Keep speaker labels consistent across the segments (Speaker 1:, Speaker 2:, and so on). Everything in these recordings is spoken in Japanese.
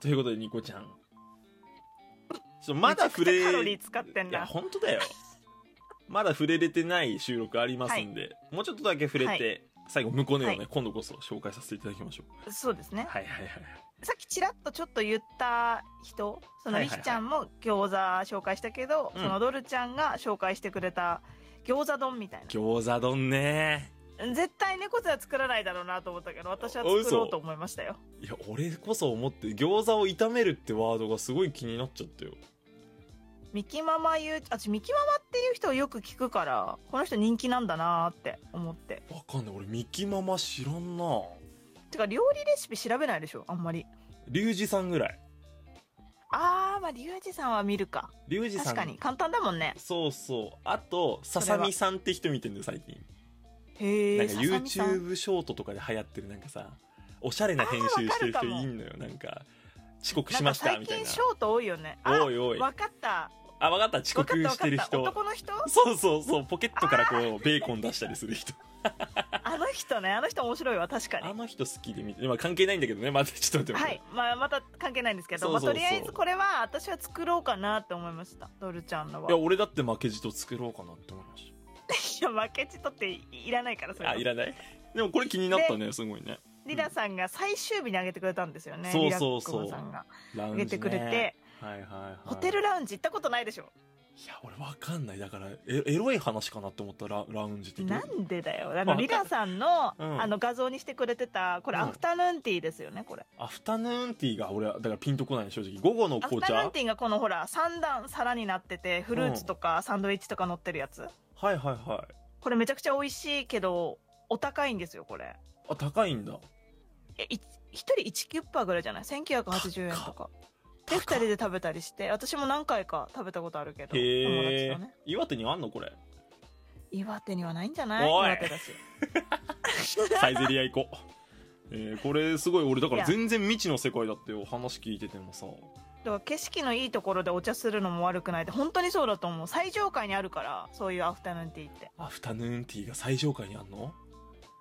Speaker 1: ということでニコちゃんちょまだ触れ
Speaker 2: めちゃくちゃカロリー使ってん
Speaker 1: いや
Speaker 2: な
Speaker 1: 本当だよまだ触れれてない収録ありますんで、もうちょっとだけ触れて、
Speaker 2: は
Speaker 1: 最後向こうのをね、
Speaker 2: はい
Speaker 1: 今度こそ紹介させていただきましょう
Speaker 2: そうですね
Speaker 1: はいはいはい
Speaker 2: さっきちらっとちょっと言った人その
Speaker 1: はい
Speaker 2: リ
Speaker 1: はいはい
Speaker 2: キちゃんも餃子紹介したけど、
Speaker 1: うん
Speaker 2: そのドルちゃんが紹介してくれた餃子丼みたい
Speaker 1: 餃子丼ね
Speaker 2: な絶対猫背は作らないだろうなと思ったけど私は
Speaker 1: あ嘘
Speaker 2: 作ろうと思いましたよ
Speaker 1: いや俺こそ思って餃子を炒めるってワードがすごい気になっちゃったよ
Speaker 2: ミキママ言うあちミキママっていう人をよく聞くからこの人人気なんだなーって思って
Speaker 1: わかんない俺ミキママ知らんな
Speaker 2: てか料理レシピ調べないでしょあんまり
Speaker 1: リュウジさんぐらい
Speaker 2: あーまあリュウジさんは見るか
Speaker 1: リュウジさん
Speaker 2: 確かに簡単だもんね
Speaker 1: そうそうあとささみさんって人見てんだよ最近
Speaker 2: へえ
Speaker 1: なんか YouTube ショートとかで流行ってるなんかさおしゃれな編集してる
Speaker 2: あーわ
Speaker 1: 人
Speaker 2: かるかも
Speaker 1: いんのよなんか遅刻しましたみたい
Speaker 2: 最
Speaker 1: な
Speaker 2: 近ショート多いよねあ
Speaker 1: おいおい
Speaker 2: わかった
Speaker 1: あ分かった遅
Speaker 2: わかっ
Speaker 1: 刻
Speaker 2: たわ
Speaker 1: し
Speaker 2: か
Speaker 1: て
Speaker 2: っ
Speaker 1: る
Speaker 2: た
Speaker 1: 人
Speaker 2: 男の人
Speaker 1: そうそうそうポケットからこうベーコン出したりする人
Speaker 2: あの人ねあの人面白いわ確か
Speaker 1: あ
Speaker 2: に
Speaker 1: の人好きで見て、まあ、関係ないんだけどねまたちょっと待って
Speaker 2: はい、まあ、また関係ないんですけど
Speaker 1: そうそうそう
Speaker 2: まあ、とりあえずこれは私は作ろうかなって思いましたドルちゃんのはい
Speaker 1: や俺だって負けじと作ろうかなって思いまし
Speaker 2: いや負けじとっていらないからそれ
Speaker 1: た
Speaker 2: は
Speaker 1: あいらないでもこれ気になったねすごいね
Speaker 2: リラさんが最終日にあげてくれたんですよね、
Speaker 1: そうそうそう
Speaker 2: リラックマさんが
Speaker 1: ラウン
Speaker 2: あ
Speaker 1: ジ、ね、
Speaker 2: げてくれて、
Speaker 1: はいはいはい
Speaker 2: ホテルラウンジ行ったことないでしょ
Speaker 1: いや俺わかんないだからエエロい話かなって思ったらラウンジって
Speaker 2: なんでだよあ
Speaker 1: まあ
Speaker 2: のリラさんの,、
Speaker 1: うん
Speaker 2: あの画像にしてくれてたこれ
Speaker 1: うん
Speaker 2: アフタヌーンティーですよねこれ
Speaker 1: アフタヌーンティーが俺はだからピンとこないね正直午後の
Speaker 2: アフ
Speaker 1: 紅
Speaker 2: タヌー
Speaker 1: 茶
Speaker 2: ンティーがこのほら3段皿になっててフルーツとかサンドイッチとか乗ってるやつ、
Speaker 1: はいはいはい
Speaker 2: これめちゃくちゃ美味しいけどお高いんですよこれ
Speaker 1: あ高いんだ
Speaker 2: えい一人1キュッパーぐらいじゃない1980円とかで2人で食べたりして私も何回か食べたことあるけど友達
Speaker 1: へえ
Speaker 2: とね
Speaker 1: 岩手にあんのこれ
Speaker 2: 岩手にはないんじゃない
Speaker 1: おい
Speaker 2: 岩手 だし
Speaker 1: サイゼリア行こう えーこれすごい俺だか
Speaker 2: い
Speaker 1: ら
Speaker 2: や
Speaker 1: 全然未知の世界だってよ話聞いててもさ
Speaker 2: だから景色のいいところでお茶するのも悪くないって本当にそうだと思う最上階にあるからそういうアフタヌーンティーって
Speaker 1: アフタヌーンティーが最上階にあんの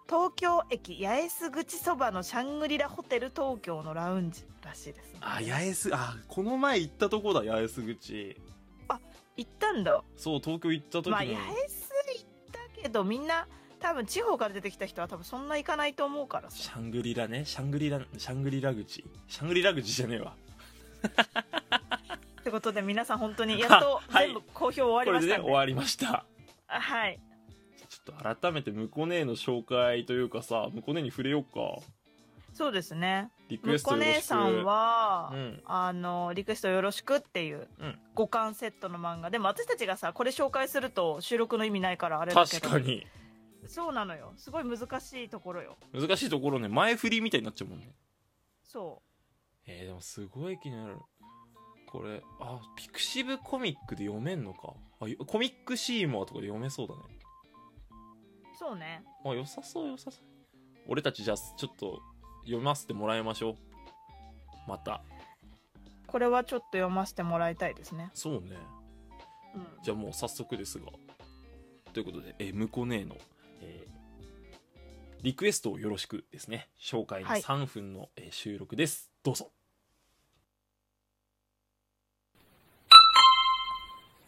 Speaker 2: 東京駅八重洲口そばのシャングリラホテル東京のラウンジらしいです、ね、
Speaker 1: あ八重洲あこの前行ったとこだ八重洲口
Speaker 2: 行ったんだ
Speaker 1: そう東京行った時の、
Speaker 2: まあ八重洲行ったけどみんな多分地方から出てきた人は多分そんな行かないと思うから
Speaker 1: シ
Speaker 2: さ
Speaker 1: ャングリラねシャングリラシャングリラ口シャングリラ口じゃねえわ
Speaker 2: ってことで皆さん本当にやっと
Speaker 1: はい
Speaker 2: 全部公表終わ
Speaker 1: こ
Speaker 2: りま
Speaker 1: れで
Speaker 2: し
Speaker 1: ね
Speaker 2: たん
Speaker 1: 終
Speaker 2: で
Speaker 1: わりました
Speaker 2: あはい
Speaker 1: ちょっと改めて向こう姉の紹介というかさ向こう姉に触れようか
Speaker 2: そうですね
Speaker 1: リクエ
Speaker 2: む
Speaker 1: スト
Speaker 2: こ
Speaker 1: よろしく
Speaker 2: 姉さんは、
Speaker 1: うん
Speaker 2: あのリクエストよろしくっていう
Speaker 1: うん
Speaker 2: 五巻セットの漫画でも私たちがさこれ紹介すると収録の意味ないからあれだけ
Speaker 1: 確
Speaker 2: ど
Speaker 1: かに
Speaker 2: そうなのよすごい難しいところよ
Speaker 1: 難しいところね前振りみたいになっちゃうもんね
Speaker 2: そ
Speaker 1: えー、でもすごい気になるこれあピクシブコミックで読めんのかあよコミックシーモアとかで読めそうだね
Speaker 2: うそうね
Speaker 1: あ良さそう良さそう俺たちじゃあちょっと読ませてもらいましょうまた
Speaker 2: これはちょっと読ませてもらいたいですね、
Speaker 1: そうね
Speaker 2: うん、
Speaker 1: じゃあもう早速ですがということで、えー、向こう姉の、えーリクエストをよろしくですね紹介の
Speaker 2: はい
Speaker 1: 3分の、えー収録ですどうぞ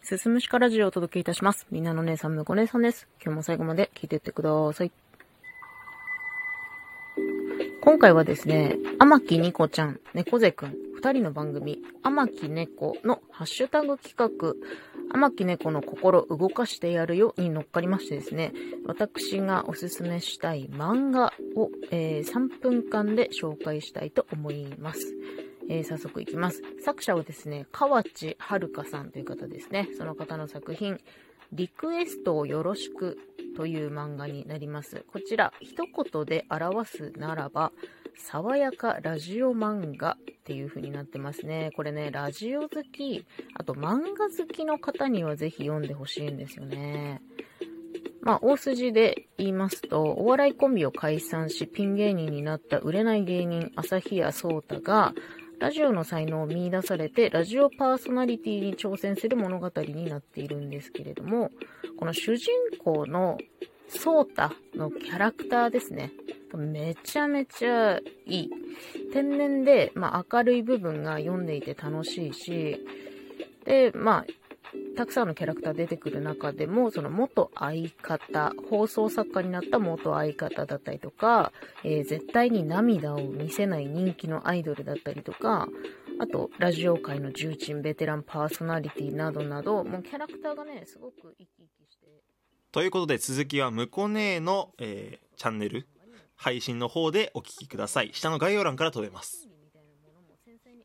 Speaker 3: すすむしかラジオをお届けいたします。みんなの姉さん、むこ姉さんです。今日も最後まで聞いていってください。今回はですね、天木にこちゃん、猫背くん、二人の番組、天木猫のハッシュタグ企画、天木猫の心動かしてやるよに乗っかりましてですね、私がおすすめしたい漫画を、えー3分間で紹介したいと思います。えー早速いきます。作者はですね、河内遥さんという方ですね。その方の作品、リクエストをよろしくという漫画になります。こちら、一言で表すならば、爽やかラジオ漫画っていう風になってますね。これね、ラジオ好き、あと漫画好きの方にはぜひ読んでほしいんですよね。まあ、大筋で言いますと、お笑いコンビを解散し、ピン芸人になった売れない芸人、朝日谷聡太が、ラジオの才能を見出されて、ラジオパーソナリティに挑戦する物語になっているんですけれども、この主人公のソータのキャラクターですね。めちゃめちゃいい。天然で、まあ、明るい部分が読んでいて楽しいし、で、まあ、たくさんのキャラクター出てくる中でも、その元相方、放送作家になった元相方だったりとか、えー絶対に涙を見せない人気のアイドルだったりとか、あと、ラジオ界の重鎮、ベテランパーソナリティなどなど、もうキャラクターがね、すごく生き生きして。
Speaker 1: ということで続きはむこねえの、えーチャンネル配信の方でお聞きください下の概要欄から飛べます